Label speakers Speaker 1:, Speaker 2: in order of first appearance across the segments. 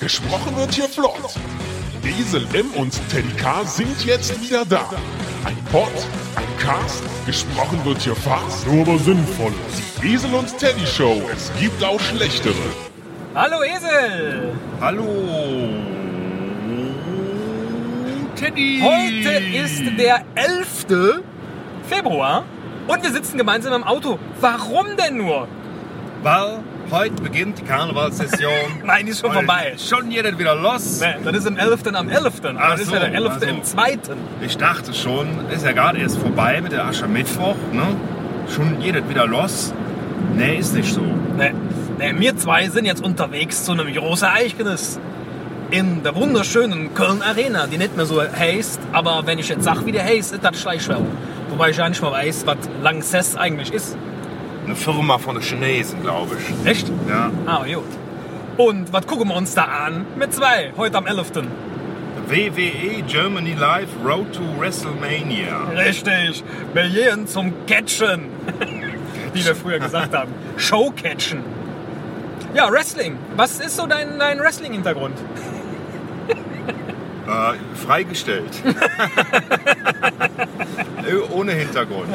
Speaker 1: Gesprochen wird hier flott. Esel M und Teddy K sind jetzt wieder da. Ein Pod, ein Cast, gesprochen wird hier fast, nur aber sinnvoll. Die Esel und Teddy Show, es gibt auch schlechtere.
Speaker 2: Hallo Esel!
Speaker 3: Hallo. Teddy.
Speaker 2: Heute ist der 11. Februar und wir sitzen gemeinsam im Auto. Warum denn nur?
Speaker 3: Weil heute beginnt die Karnevalssession.
Speaker 2: Nein, die ist schon
Speaker 3: Heute
Speaker 2: vorbei.
Speaker 3: ist Schon jeder wieder los.
Speaker 2: Nee, das ist im 11. am 11. Aber
Speaker 3: Ach
Speaker 2: das ist ja
Speaker 3: so, also.
Speaker 2: der 11.
Speaker 3: ach so.
Speaker 2: im 2.
Speaker 3: Ich dachte schon, ist ja gerade erst vorbei mit der Aschermittwoch, ne? Schon jeder wieder los. Nee, ist nicht so.
Speaker 2: Nee, nee, wir zwei sind jetzt unterwegs zu einem großen Ereignis. In der wunderschönen Köln Arena, die nicht mehr so heißt, aber wenn ich jetzt sage, wie der heißt, ist das Schleichwerbung. Wobei ich ja nicht mal weiß, was Langsess eigentlich ist.
Speaker 3: Eine Firma von den Chinesen, glaube ich.
Speaker 2: Echt?
Speaker 3: Ja.
Speaker 2: Ah, gut. Und was gucken wir uns da an? Mit zwei, heute am 11.
Speaker 3: WWE E, Germany Live Road to WrestleMania.
Speaker 2: Richtig, Milliarden zum Catchen. Wie wir früher gesagt haben. Showcatchen. Ja, Wrestling. Was ist so dein, dein Wrestling-Hintergrund?
Speaker 3: Äh, freigestellt. Äh, Ohne Hintergrund.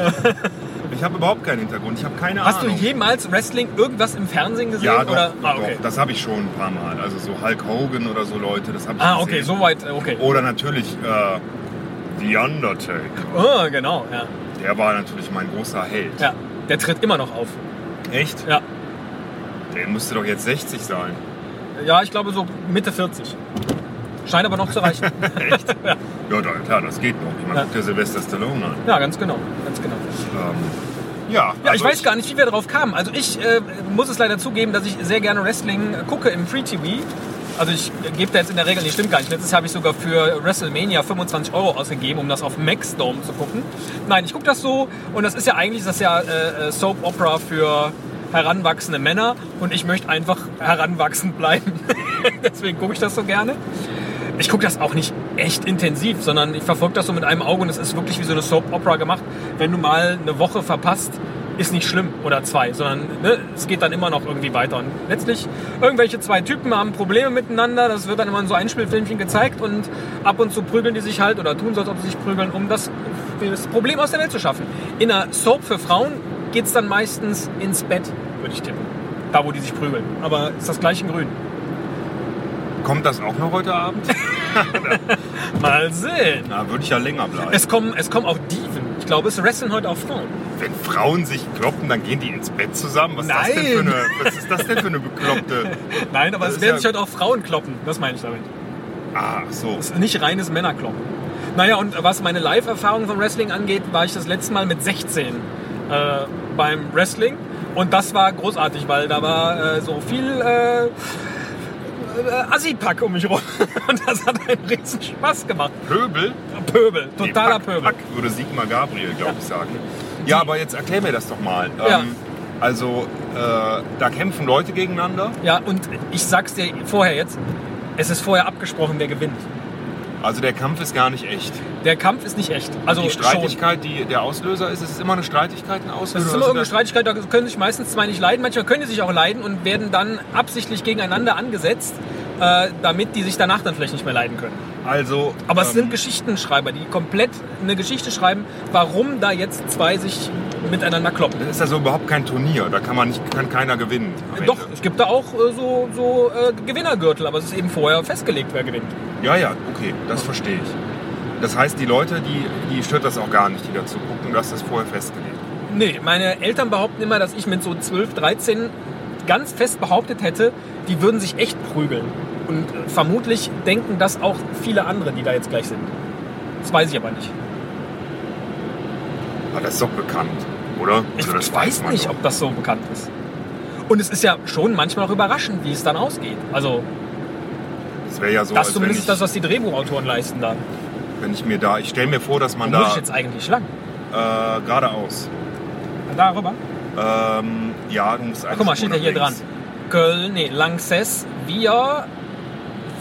Speaker 3: Ich habe überhaupt keinen Hintergrund. Ich habe keine
Speaker 2: Hast du
Speaker 3: Ahnung.
Speaker 2: jemals Wrestling irgendwas im Fernsehen gesehen?
Speaker 3: Ja, doch,
Speaker 2: oder? Ah,
Speaker 3: doch,
Speaker 2: okay.
Speaker 3: das habe ich schon ein paar Mal. Also so Hulk Hogan oder so Leute, das habe ich
Speaker 2: Ah, okay,
Speaker 3: gesehen.
Speaker 2: soweit, äh, okay.
Speaker 3: Oder natürlich äh, The Undertaker.
Speaker 2: Oh, genau, ja.
Speaker 3: Der war natürlich mein großer Held.
Speaker 2: ja. Der tritt immer noch auf.
Speaker 3: Echt?
Speaker 2: Ja.
Speaker 3: Der müsste doch jetzt 60 sein.
Speaker 2: Ja, ich glaube so Mitte 40. Scheint aber noch zu reichen.
Speaker 3: Echt? ja, da, klar, das geht noch. Ich meine,
Speaker 2: Ja.
Speaker 3: guck dir Sylvester Stallone an.
Speaker 2: ja, ganz genau. Ganz genau.
Speaker 3: Ähm, ja,
Speaker 2: Ja, ich
Speaker 3: also
Speaker 2: weiß gar nicht, wie wir darauf kamen. Also ich äh, muss es leider zugeben, dass ich sehr gerne Wrestling gucke im Free TV. Also ich gebe da jetzt in der Regel, nicht stimmt gar nicht. Letztes Jahr habe ich sogar für WrestleMania 25 Euro ausgegeben, um das auf Maxdome zu gucken. Nein, ich gucke das so und das ist ja eigentlich das ist ja äh, äh, Soap Opera für heranwachsende Männer und ich möchte einfach heranwachsend bleiben. Deswegen gucke ich das so gerne. Ich gucke das auch nicht echt intensiv, sondern ich verfolge das so mit einem Auge und es ist wirklich wie so eine Soap Opera gemacht. Wenn du mal eine Woche verpasst, ist nicht schlimm oder zwei, sondern ne, es geht dann immer noch irgendwie weiter. Und letztlich, irgendwelche zwei Typen haben Probleme miteinander, das wird dann immer in so Einspielfilmchen gezeigt und ab und zu prügeln die sich halt oder tun so, als ob sie sich prügeln, um das, das Problem aus der Welt zu schaffen. In einer Soap für Frauen geht's dann meistens ins Bett, würde ich tippen. Da, wo die sich prügeln. Aber ist das gleich in grün.
Speaker 3: kommt das auch noch heute Abend?
Speaker 2: Mal sehen.
Speaker 3: Na, würde ich ja länger bleiben.
Speaker 2: Es kommen, es kommen auch Diven. Ich glaube, es wresteln heute auch Frauen.
Speaker 3: Wenn Frauen sich kloppen, dann gehen die ins Bett zusammen. Was, Ist, das denn für
Speaker 2: Nein.
Speaker 3: eine, was ist das denn für eine bekloppte?
Speaker 2: Nein, aber
Speaker 3: Das
Speaker 2: es
Speaker 3: ist
Speaker 2: Also werden
Speaker 3: ja-
Speaker 2: sich heute auch Frauen kloppen. Das meine ich damit.
Speaker 3: Ach so.
Speaker 2: Es ist nicht reines Männerkloppen. Naja, und was meine Live-Erfahrung vom Wrestling angeht, war ich das letzte Mal mit 16 äh, beim Wrestling. Und das war großartig, weil da war äh, so viel äh, äh, Assi-Pack um mich rum. Und das hat einen riesen Spaß gemacht.
Speaker 3: Pöbel?
Speaker 2: Pöbel,
Speaker 3: Nee,
Speaker 2: totaler
Speaker 3: Pack,
Speaker 2: Pöbel.
Speaker 3: Pack, würde Sigmar Gabriel, glaube ich, sagen. Ja, aber jetzt erklär mir das doch mal.
Speaker 2: Ja.
Speaker 3: Ähm, also, äh, da kämpfen Leute gegeneinander.
Speaker 2: Ja, und ich sag's dir vorher jetzt, es ist vorher abgesprochen, wer gewinnt.
Speaker 3: Also, der Kampf ist gar nicht echt.
Speaker 2: Der Kampf ist nicht echt. Also
Speaker 3: die
Speaker 2: schon.
Speaker 3: Streitigkeit, die, der Auslöser ist, ist es immer eine Streitigkeit, ein Auslöser? Also,
Speaker 2: Das ist immer
Speaker 3: Oder
Speaker 2: irgendeine
Speaker 3: sind
Speaker 2: Streitigkeit, da können sich meistens zwei nicht leiden, manchmal können die sich auch leiden und werden dann absichtlich gegeneinander angesetzt, äh, damit die sich danach dann vielleicht nicht mehr leiden können.
Speaker 3: das- Also,
Speaker 2: Aber es
Speaker 3: ähm,
Speaker 2: sind Geschichtenschreiber, die komplett eine Geschichte schreiben, warum da jetzt zwei sich miteinander kloppen.
Speaker 3: das ist also überhaupt kein Turnier. Da kann, man nicht, kann keiner gewinnen. am Ende.
Speaker 2: Doch, es gibt da auch äh, so, so äh, Gewinnergürtel, aber es ist eben vorher festgelegt, wer gewinnt.
Speaker 3: Ja, ja, okay, das verstehe ich. Das heißt, die Leute, die, die stört das auch gar nicht, die dazu gucken, dass das vorher festgelegt ist.
Speaker 2: Nee, meine Eltern behaupten immer, dass ich mit so 12, 13 ganz fest behauptet hätte, die würden sich echt prügeln. Und äh, vermutlich denken das auch viele andere, die da jetzt gleich sind. Das weiß ich aber nicht.
Speaker 3: Aber Ah, das ist doch bekannt, oder?
Speaker 2: Ich,
Speaker 3: Also, das
Speaker 2: ich weiß
Speaker 3: man
Speaker 2: nicht,
Speaker 3: doch.
Speaker 2: ob das so bekannt ist. Und es ist ja schon manchmal auch überraschend, wie es dann ausgeht. Also,
Speaker 3: Das wäre ja so,
Speaker 2: das
Speaker 3: als also wenn
Speaker 2: zumindest
Speaker 3: ich,
Speaker 2: das, was die Drehbuchautoren leisten da.
Speaker 3: wenn ich mir da, ich stelle mir vor, dass
Speaker 2: Wo
Speaker 3: man
Speaker 2: muss
Speaker 3: da
Speaker 2: ich jetzt eigentlich lang?
Speaker 3: äh, geradeaus.
Speaker 2: Darüber?
Speaker 3: Ähm, ja, du musst eigentlich.
Speaker 2: Guck mal,
Speaker 3: nur
Speaker 2: steht
Speaker 3: nach
Speaker 2: ja hier dran.
Speaker 3: links.
Speaker 2: Köln, nee, Lanxess, via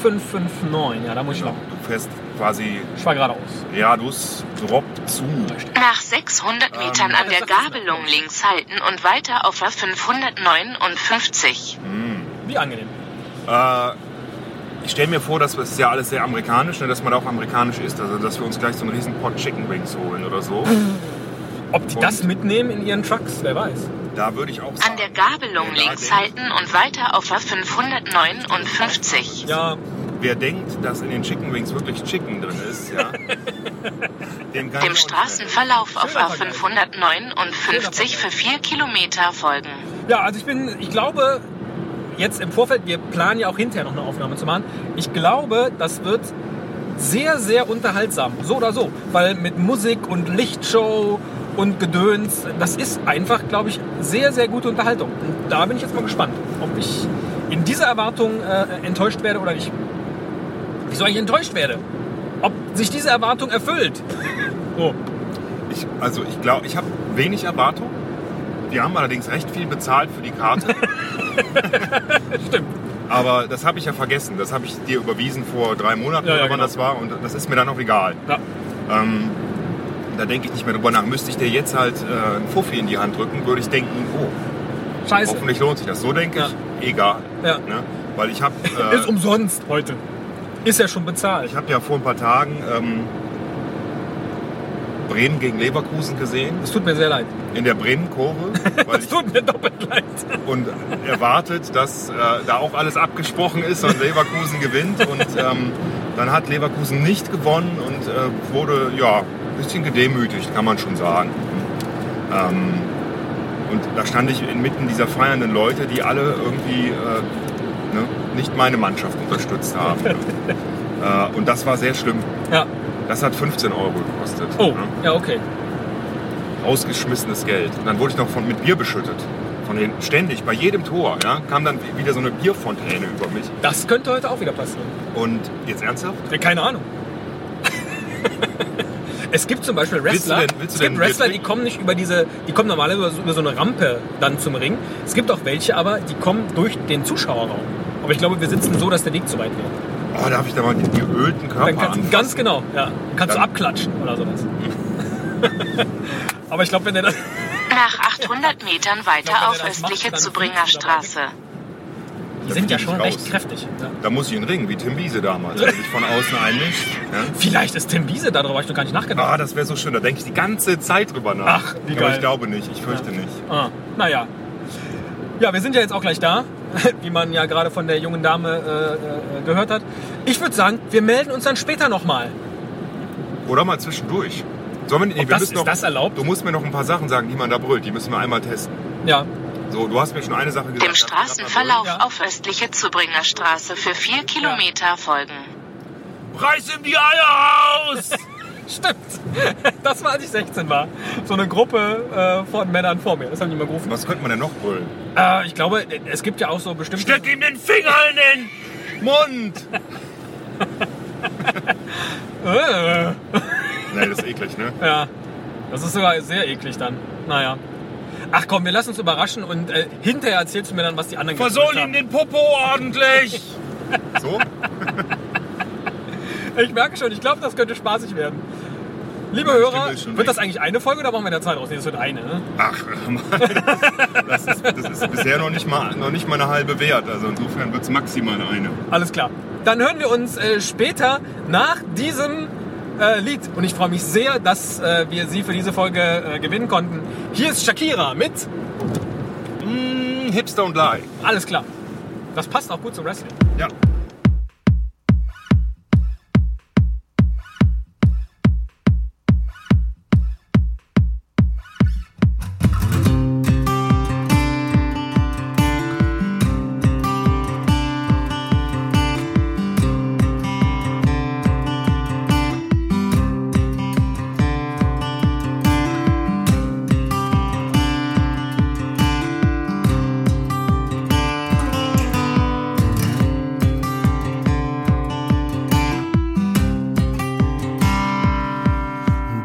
Speaker 2: 559. Ja, da muss ich
Speaker 3: Genau.
Speaker 2: lang.
Speaker 3: Du fährst quasi,
Speaker 2: Ich war geradeaus.
Speaker 3: ja, du s- drop zu.
Speaker 4: Nach
Speaker 2: Ähm,
Speaker 4: 600 Metern an der Gabelung links halten und weiter auf A559.
Speaker 2: Wie angenehm.
Speaker 3: Äh, Ich stelle mir vor, dass das ist ja alles sehr amerikanisch, ne, dass man da auch amerikanisch ist. Also, dass wir uns gleich so einen riesen Pot Chicken Wings holen oder so.
Speaker 2: Ob die das mitnehmen in ihren Trucks, wer weiß.
Speaker 3: Da würde ich auch sagen.
Speaker 4: An der Gabelung
Speaker 3: wer da
Speaker 4: links
Speaker 3: denkt-
Speaker 4: halten und weiter auf A559.
Speaker 2: Ja,
Speaker 3: Wer denkt, dass in den Chicken Wings wirklich Chicken drin ist, ja, dem kann ich auch
Speaker 4: Dem
Speaker 3: nicht
Speaker 4: Straßenverlauf auf
Speaker 2: Schöner Vergleich.
Speaker 4: A559 für 4 Kilometer folgen.
Speaker 2: ja also ich bin, ich glaube, jetzt im Vorfeld, wir planen ja auch hinterher noch eine Aufnahme zu machen. Ich glaube, das wird sehr, sehr unterhaltsam. So oder so. Weil mit Musik und Lichtshow und Gedöns, das ist einfach, glaube ich, sehr, sehr gute Unterhaltung. Und da bin ich jetzt mal gespannt, ob ich in dieser Erwartung äh, enttäuscht werde oder nicht. Wieso ich enttäuscht werde? Ob sich diese Erwartung erfüllt? Oh, So.
Speaker 3: Ich, also ich glaube, ich habe wenig Erwartung. Die haben allerdings recht viel bezahlt für die Karte.
Speaker 2: Stimmt.
Speaker 3: Aber das habe ich ja vergessen. Das habe ich dir überwiesen vor drei Monaten,
Speaker 2: Ja, ja,
Speaker 3: oder wann
Speaker 2: genau.
Speaker 3: das war. Und das ist mir dann auch egal.
Speaker 2: Ja.
Speaker 3: Ähm, da denke ich nicht mehr drüber nach. Müsste ich dir jetzt halt äh, einen Fuffi in die Hand drücken, würde ich denken, oh,
Speaker 2: Scheiße.
Speaker 3: hoffentlich lohnt sich das. So denke ich, egal.
Speaker 2: Ja.
Speaker 3: Ne? Weil ich habe
Speaker 2: Ist
Speaker 3: äh,
Speaker 2: umsonst heute. Ist ja schon bezahlt.
Speaker 3: ich hab ja vor ein paar Tagen ähm, Bremen gegen Leverkusen gesehen,
Speaker 2: Es tut mir sehr leid.
Speaker 3: in der Bremen-Kurve. weil
Speaker 2: Es
Speaker 3: ich-
Speaker 2: tut mir doppelt leid.
Speaker 3: und erwartet, dass äh, da auch alles abgesprochen ist und Leverkusen gewinnt. Und ähm, dann hat Leverkusen nicht gewonnen und äh, wurde ja ein bisschen gedemütigt, kann man schon sagen. Ähm, und da stand ich inmitten dieser feiernden Leute, die alle irgendwie äh, ne, nicht meine Mannschaft unterstützt haben. äh, und das war sehr schlimm.
Speaker 2: Ja.
Speaker 3: Das hat 15 Euro gekostet.
Speaker 2: Oh,
Speaker 3: Ne?
Speaker 2: ja, okay.
Speaker 3: ausgeschmissenes Geld. Und dann wurde ich noch von, mit Bier beschüttet. Von den, ständig, bei jedem Tor, ja, kam dann wieder so eine Bierfontäne über mich.
Speaker 2: Das könnte heute auch wieder passieren.
Speaker 3: Und jetzt ernsthaft?
Speaker 2: Ja, keine Ahnung. es gibt zum Beispiel
Speaker 3: Willst du
Speaker 2: Wrestler,
Speaker 3: denn- willst du
Speaker 2: es gibt
Speaker 3: denn ein Bier
Speaker 2: Wrestler, die
Speaker 3: trinken?
Speaker 2: kommen nicht über diese, die kommen normalerweise über, so- über so eine Rampe dann zum Ring. Es gibt auch welche, aber die kommen durch den Zuschauerraum. Aber ich glaube, wir sitzen so, dass der Weg zu weit wäre.
Speaker 3: Oh, darf ich da mal den geölten Körper
Speaker 2: Dann kannst,
Speaker 3: anfassen?
Speaker 2: ganz genau, ja. Kannst
Speaker 3: Dann-
Speaker 2: du abklatschen oder sowas. aber ich glaube, wenn der das...
Speaker 4: Nach 800 Metern
Speaker 2: Ich
Speaker 4: weiter
Speaker 2: glaub, wenn
Speaker 4: auf
Speaker 2: er das macht,
Speaker 4: östliche
Speaker 2: dann
Speaker 4: Zubringer
Speaker 2: fliegt er dabei.
Speaker 4: Straße.
Speaker 2: Die sind ja
Speaker 3: flieg ich
Speaker 2: schon
Speaker 3: raus.
Speaker 2: recht kräftig. Ja.
Speaker 3: Da muss ich in den Ring, wie Tim Wiese damals, wenn ich von außen einmischt. Ja?
Speaker 2: Vielleicht ist Tim Wiese da, darüber habe ich noch gar nicht nachgedacht.
Speaker 3: Ah, das wäre so schön, da denke ich die ganze Zeit drüber nach.
Speaker 2: Ach, wie
Speaker 3: Aber
Speaker 2: geil.
Speaker 3: ich glaube nicht, ich fürchte nicht.
Speaker 2: Ah, naja. Ja, wir sind ja jetzt auch gleich da, wie man ja gerade von der jungen Dame äh, äh, gehört hat. Ich würde sagen, wir melden uns dann später nochmal.
Speaker 3: Oder mal zwischendurch. Sollen wir, nee, wir
Speaker 2: das-
Speaker 3: müssen
Speaker 2: ist das erlaubt?
Speaker 3: Du musst mir noch ein paar Sachen sagen, die man da brüllt. Die müssen wir einmal testen.
Speaker 2: Ja,
Speaker 3: So, du hast mir schon eine Sache gesagt.
Speaker 4: Dem
Speaker 3: darf ich grad mal
Speaker 4: Straßenverlauf
Speaker 2: Ja.
Speaker 4: auf östliche Zubringer Straße für 4 Kilometer folgen.
Speaker 3: brüllen? Reiß ihm die Eier aus!
Speaker 2: stimmt. Das war, als ich 16 war. So eine Gruppe äh, von Männern vor mir. Das haben die mal gerufen.
Speaker 3: Was könnte man denn noch brüllen?
Speaker 2: Äh, ich glaube, es gibt ja auch so bestimmte...
Speaker 3: ihm den Finger in den Mund!
Speaker 2: Äh,
Speaker 3: Nee, das ist eklig, ne?
Speaker 2: ja, das ist sogar sehr eklig dann. Naja. Ach komm, wir lassen uns überraschen und äh, hinterher erzählst du mir dann, was die anderen gebrüllt haben.
Speaker 3: den Popo ordentlich! So?
Speaker 2: Ich merke schon, ich glaube, das könnte spaßig werden. Liebe Hörer,
Speaker 3: ist schon
Speaker 2: wird das
Speaker 3: weg.
Speaker 2: eigentlich eine Folge oder machen wir da zwei draus? Nee, das wird eine. Ne?
Speaker 3: Ach, das ist, das ist bisher noch nicht, mal, noch nicht mal eine halbe wert. Also insofern wird es maximal eine.
Speaker 2: Alles klar. Dann hören wir uns äh, später nach diesem äh, Lied. Und ich freue mich sehr, dass äh, wir Sie für diese Folge äh, gewinnen konnten. Hier ist Shakira mit.
Speaker 3: Hm, Hips don't lie.
Speaker 2: Alles klar. Das passt auch gut zum Wrestling.
Speaker 3: Ja.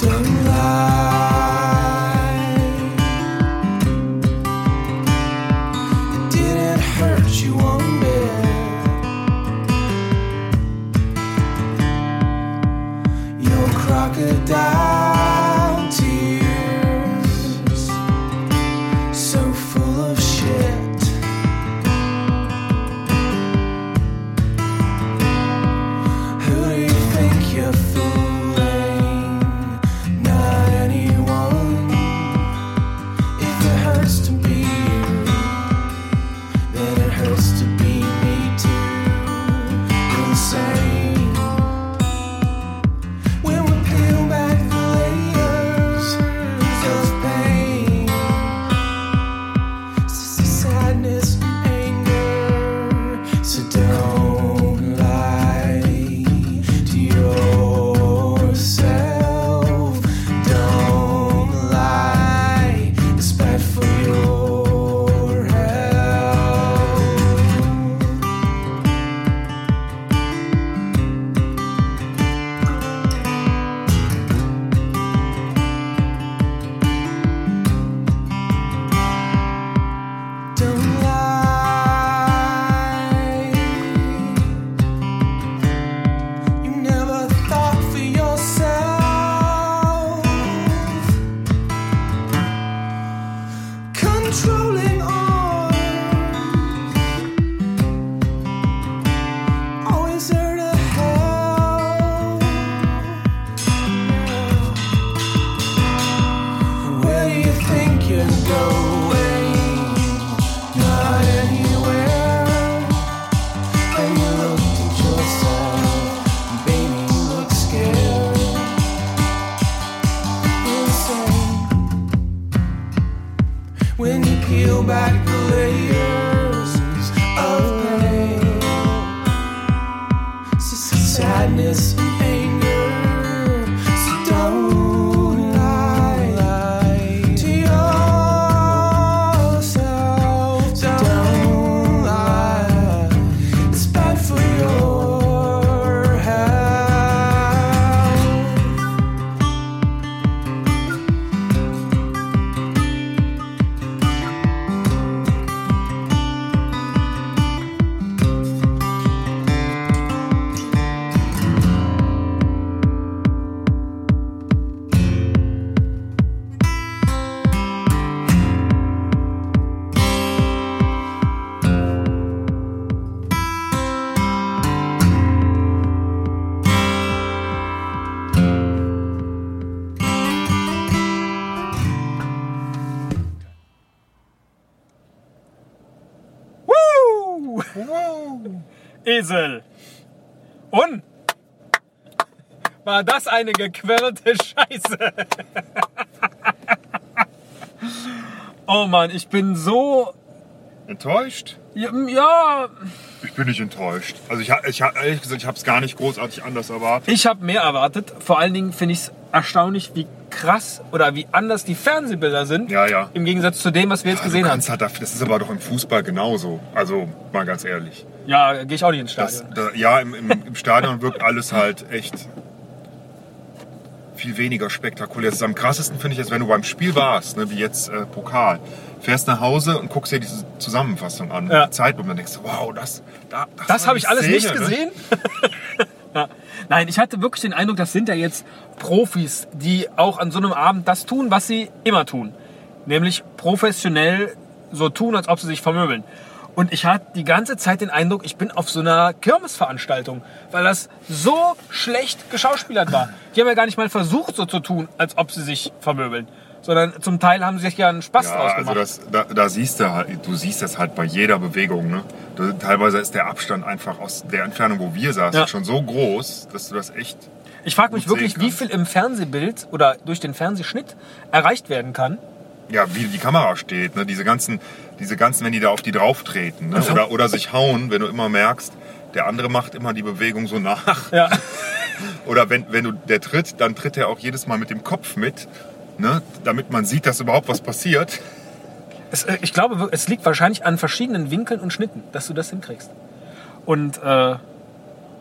Speaker 5: Don't lie. It didn't hurt you one bit. Your crocodile tears, so full of shit.
Speaker 2: Esel. Und war das eine gequirlte Scheiße. oh Mann, ich bin so...
Speaker 3: Enttäuscht?
Speaker 2: Ja, ja
Speaker 3: Ich bin nicht enttäuscht. Also ich, ha- ich ha- ehrlich gesagt, ich habe es gar nicht großartig anders erwartet.
Speaker 2: Ich habe mehr erwartet. Vor allen Dingen finde ich es erstaunlich, wie krass oder wie anders die Fernsehbilder sind.
Speaker 3: Ja, ja.
Speaker 2: Im Gegensatz zu dem, was wir jetzt
Speaker 3: Also
Speaker 2: gesehen haben.
Speaker 3: ganz hart, Das ist aber doch im Fußball genauso. Also mal ganz ehrlich.
Speaker 2: Ja, gehe ich auch nicht ins
Speaker 3: halt Das,
Speaker 2: Stadion.
Speaker 3: da, ja, im, im, im Stadion wirkt alles halt echt viel weniger spektakulär. Das ist am krassesten finde ich, als wenn du beim Spiel warst, ne, wie jetzt äh, Pokal. Fährst nach Hause und guckst dir diese Zusammenfassung an,
Speaker 2: Ja.
Speaker 3: die Zeitung, und dann denkst du, wow, das, da, das,
Speaker 2: Das
Speaker 3: war
Speaker 2: habe
Speaker 3: die
Speaker 2: ich alles nicht
Speaker 3: Szene, ne?
Speaker 2: gesehen. ja. Nein, ich hatte wirklich den Eindruck, das sind ja jetzt Profis, die auch an so einem Abend das tun, was sie immer tun. Nämlich professionell so tun, als ob sie sich vermöbeln. Und ich hatte die ganze Zeit den Eindruck, ich bin auf so einer Kirmesveranstaltung, weil das so schlecht geschauspielert war. Die haben ja gar nicht mal versucht, so zu tun, als ob sie sich vermöbeln. Sondern zum Teil haben sie sich ja einen Spaß
Speaker 3: Ja,
Speaker 2: draus
Speaker 3: also
Speaker 2: gemacht.
Speaker 3: das, da, da siehst du halt, du siehst das halt bei jeder Bewegung. Ne? Du, teilweise ist der Abstand einfach aus der Entfernung, wo wir saßen,
Speaker 2: Ja.
Speaker 3: schon so groß, dass du das echt.
Speaker 2: ich frage mich
Speaker 3: gut
Speaker 2: wirklich,
Speaker 3: sehen
Speaker 2: wie
Speaker 3: kann.
Speaker 2: viel im Fernsehbild oder durch den Fernsehschnitt erreicht werden kann.
Speaker 3: Ja, wie die Kamera steht, ne? diese ganzen, diese ganzen, wenn die da auf die drauf treten ne? oder, oder sich hauen, wenn du immer merkst, der andere macht immer die Bewegung so nach.
Speaker 2: Ja.
Speaker 3: Oder wenn, wenn du der tritt, dann tritt er auch jedes Mal mit dem Kopf mit, ne? damit man sieht, dass überhaupt was passiert.
Speaker 2: Es, äh, ich glaube, wir- es liegt wahrscheinlich an verschiedenen Winkeln und Schnitten, dass du das hinkriegst. Und äh,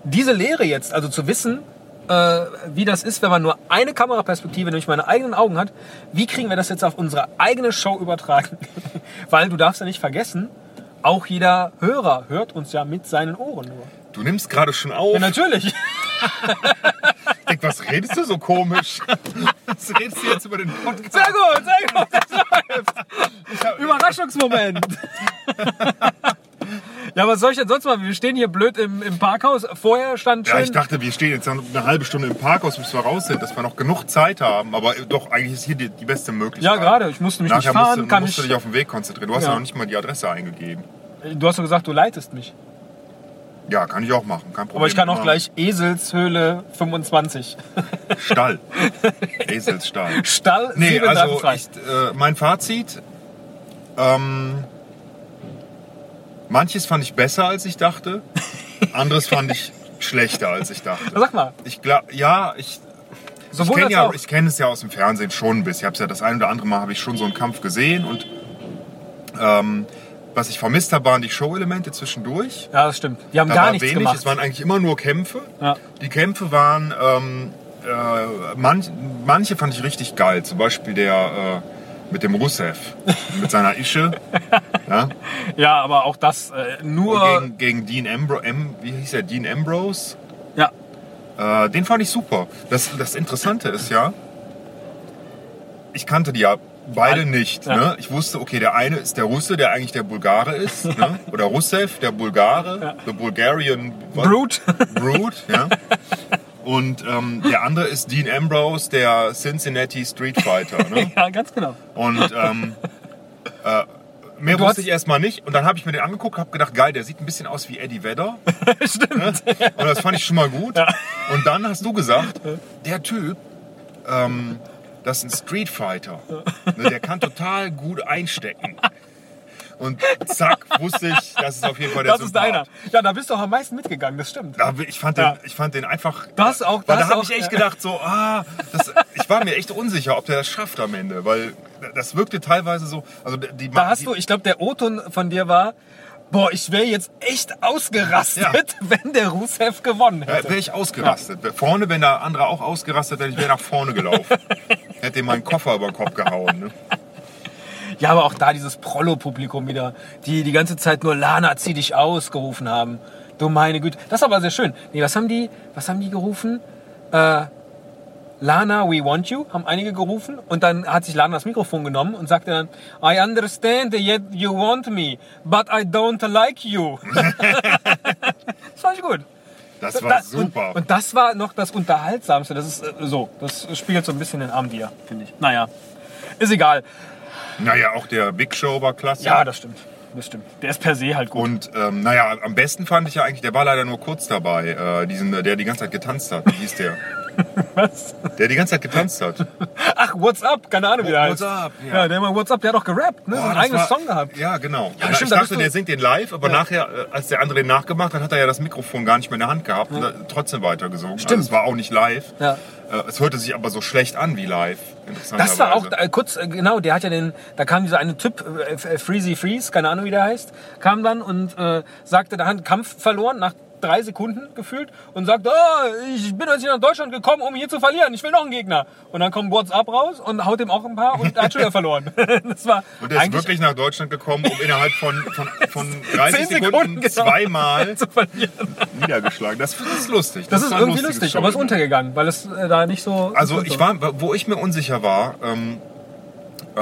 Speaker 2: diese Lehre jetzt, also zu wissen, äh, wie das ist, wenn man nur eine Kameraperspektive, nämlich meine eigenen Augen hat, wie kriegen wir das jetzt auf unsere eigene Show übertragen? Weil du darfst ja nicht vergessen, auch jeder Hörer hört uns ja mit seinen Ohren nur.
Speaker 3: Du nimmst gerade schon auf.
Speaker 2: Ja, natürlich.
Speaker 3: Denk, was redest du so komisch? Was redest du jetzt über den Podcast?
Speaker 2: Sehr gut, sehr gut. Das läuft. Überraschungsmoment. Ja, was soll ich denn sonst machen? Wir stehen hier blöd im, im Parkhaus. Vorher stand schön...
Speaker 3: Ja, ich dachte, wir stehen jetzt noch eine halbe Stunde im Parkhaus, bis wir raus sind, dass wir noch genug Zeit haben. Aber doch, eigentlich ist hier die, die beste
Speaker 2: Ja,
Speaker 3: Möglichkeit.
Speaker 2: gerade. Ich musste mich
Speaker 3: Nachher
Speaker 2: nicht fahren,
Speaker 3: musst du,
Speaker 2: kann
Speaker 3: musst du
Speaker 2: ich-
Speaker 3: dich auf den Weg konzentrieren. Du hast
Speaker 2: Ja.
Speaker 3: ja. noch nicht mal die Adresse eingegeben.
Speaker 2: du hast doch gesagt, du leitest mich.
Speaker 3: Ja, kann ich auch machen, kein Problem.
Speaker 2: Aber ich kann auch
Speaker 3: Ja.
Speaker 2: gleich Eselshöhle 25.
Speaker 3: Stall. Eselsstall.
Speaker 2: Stall
Speaker 3: Nee, also
Speaker 2: 37.
Speaker 3: ich, äh, mein Fazit. Ähm, manches fand ich besser, als ich dachte. Anderes fand ich schlechter, als ich dachte.
Speaker 2: Sag mal,
Speaker 3: Ich glaube, ja, ich, ich
Speaker 2: sowohl
Speaker 3: kenne
Speaker 2: als
Speaker 3: ja,
Speaker 2: auch.
Speaker 3: ich kenn es ja aus dem Fernsehen schon ein bisschen. Ich habe es ja das ein oder andere Mal habe ich schon so einen Kampf gesehen und ähm, was ich vermisst habe, waren die Show-Elemente zwischendurch.
Speaker 2: Ja, das stimmt. Die haben
Speaker 3: Da
Speaker 2: gar
Speaker 3: war
Speaker 2: nichts
Speaker 3: wenig,
Speaker 2: gemacht.
Speaker 3: es waren eigentlich immer nur Kämpfe.
Speaker 2: Ja.
Speaker 3: Die Kämpfe waren, ähm, äh, manch, manche fand ich richtig geil. Zum Beispiel der äh, mit dem Rusev, mit seiner Ische. ja?
Speaker 2: ja, aber auch das äh,
Speaker 3: Und
Speaker 2: nur...
Speaker 3: gegen, gegen Dean Ambrose, Am, wie hieß er, Dean Ambrose.
Speaker 2: ja,
Speaker 3: Äh, den fand ich super. Das, das Interessante ist ja, ich kannte die ja beide nicht.
Speaker 2: Ja.
Speaker 3: Ne? Ich wusste, okay, der eine ist der Russe, der eigentlich der Bulgare ist. Ne? Oder Russev, der Bulgare, the Bulgarian was?
Speaker 2: Brute.
Speaker 3: Brute, ja. Und ähm, der andere ist Dean Ambrose, der Cincinnati Street Fighter. Ne?
Speaker 2: ja, ganz genau.
Speaker 3: Und ähm, äh, mehr
Speaker 2: du hast-
Speaker 3: wusste ich erstmal nicht. Und dann habe ich mir den angeguckt, habe gedacht, geil, der sieht ein bisschen aus wie Eddie Vedder. Ne?
Speaker 2: stimmt.
Speaker 3: Und das fand ich schon mal gut. Und dann hast du gesagt, der Typ, ähm, das ist ein Street Fighter. Ne, der kann total gut einstecken. Und zack, wusste ich, das ist auf jeden Fall der
Speaker 2: Das ist
Speaker 3: Sympath.
Speaker 2: deiner. Ja, da bist du auch am meisten mitgegangen, das stimmt.
Speaker 3: Da, hab ich, ich fand den,
Speaker 2: Ja.
Speaker 3: ich fand den einfach.
Speaker 2: Das auch-
Speaker 3: weil
Speaker 2: das
Speaker 3: da habe
Speaker 2: auch, äh,
Speaker 3: ich echt
Speaker 2: ja.
Speaker 3: gedacht, so, ah, das, ich war mir echt unsicher, ob der das schafft am Ende, weil das wirkte teilweise so. Also die,
Speaker 2: Da hast
Speaker 3: die,
Speaker 2: du, ich glaube, der O-Ton von dir war, boah, ich wäre jetzt echt ausgerastet, wenn der Rusev gewonnen
Speaker 3: Ja,
Speaker 2: hätte.
Speaker 3: wäre ich ausgerastet. Vorne, wenn der andere auch ausgerastet wäre, ich wäre nach vorne gelaufen. Hätte ihm meinen Koffer über den Kopf gehauen. Ne?
Speaker 2: Ja, aber auch da dieses Prollo-Publikum wieder, die die ganze Zeit nur Lana, zieh dich aus gerufen haben. Du meine Güte. Das ist aber sehr schön. Nee, was haben die, was haben die gerufen? Äh, Lana, we want you, haben einige gerufen. Und dann hat sich Lana das Mikrofon genommen und sagte dann, I understand that you want me, but I don't like you. das fand ich gut.
Speaker 3: Das war
Speaker 2: Da-
Speaker 3: super.
Speaker 2: Und, und das war noch das Unterhaltsamste. Das ist äh, so, das spiegelt so ein bisschen den Abend hier, finde ich. Naja, ist egal.
Speaker 3: naja, auch der Big Show war klasse.
Speaker 2: Ja, das stimmt. das stimmt. Der ist per se halt gut.
Speaker 3: Und ähm, naja, am besten fand ich ja eigentlich, der war leider nur kurz dabei, äh, diesen, der die ganze Zeit getanzt hat. Wie hieß der?
Speaker 2: Was?
Speaker 3: Der die ganze Zeit getanzt hat.
Speaker 2: Ach, What's Up? Keine Ahnung, wie der heißt.
Speaker 3: What's Up,
Speaker 2: Ja.
Speaker 3: ja.
Speaker 2: der mal What's Up, der hat doch gerappt, ne? so
Speaker 3: Boah,
Speaker 2: einen
Speaker 3: das
Speaker 2: eigenen
Speaker 3: war-
Speaker 2: Song gehabt.
Speaker 3: Ja, genau.
Speaker 2: Ja,
Speaker 3: Und
Speaker 2: stimmt,
Speaker 3: ich
Speaker 2: da
Speaker 3: dachte,
Speaker 2: bist du-
Speaker 3: der singt den live, aber nachher, äh, als der andere den nachgemacht hat, hat er ja das Mikrofon gar nicht mehr in der Hand gehabt und hat trotzdem weitergesungen.
Speaker 2: Stimmt.
Speaker 3: Also es war auch nicht live.
Speaker 2: Ja.
Speaker 3: Äh, Es hörte sich aber so schlecht an wie live.
Speaker 2: Das war auch
Speaker 3: interessanterweise.
Speaker 2: äh, kurz, äh, genau, der hat ja den, da kam dieser eine Typ, äh, F- äh, Freezy Freeze, keine Ahnung wie der heißt, kam dann und äh, sagte, da hat einen Kampf verloren, nach drei Sekunden gefühlt, und sagte, oh, ich bin jetzt hier nach Deutschland gekommen, um hier zu verlieren, ich will noch einen Gegner. Und dann kommt WhatsApp raus und haut ihm auch ein paar und hat schon wieder verloren. das war
Speaker 3: Und der ist
Speaker 2: eigentlich
Speaker 3: wirklich nach Deutschland gekommen, um innerhalb von, von, von 30
Speaker 2: Sekunden,
Speaker 3: Sekunden,
Speaker 2: genau.
Speaker 3: zweimal
Speaker 2: zu verlieren.
Speaker 3: niedergeschlagen. Das, das ist lustig.
Speaker 2: Das, ist
Speaker 3: war ein
Speaker 2: irgendwie
Speaker 3: lustiges
Speaker 2: lustig,
Speaker 3: Show.
Speaker 2: aber ist untergegangen, weil es äh, da nicht so.
Speaker 3: Also ich war, wo ich mir unsicher war, ähm, äh,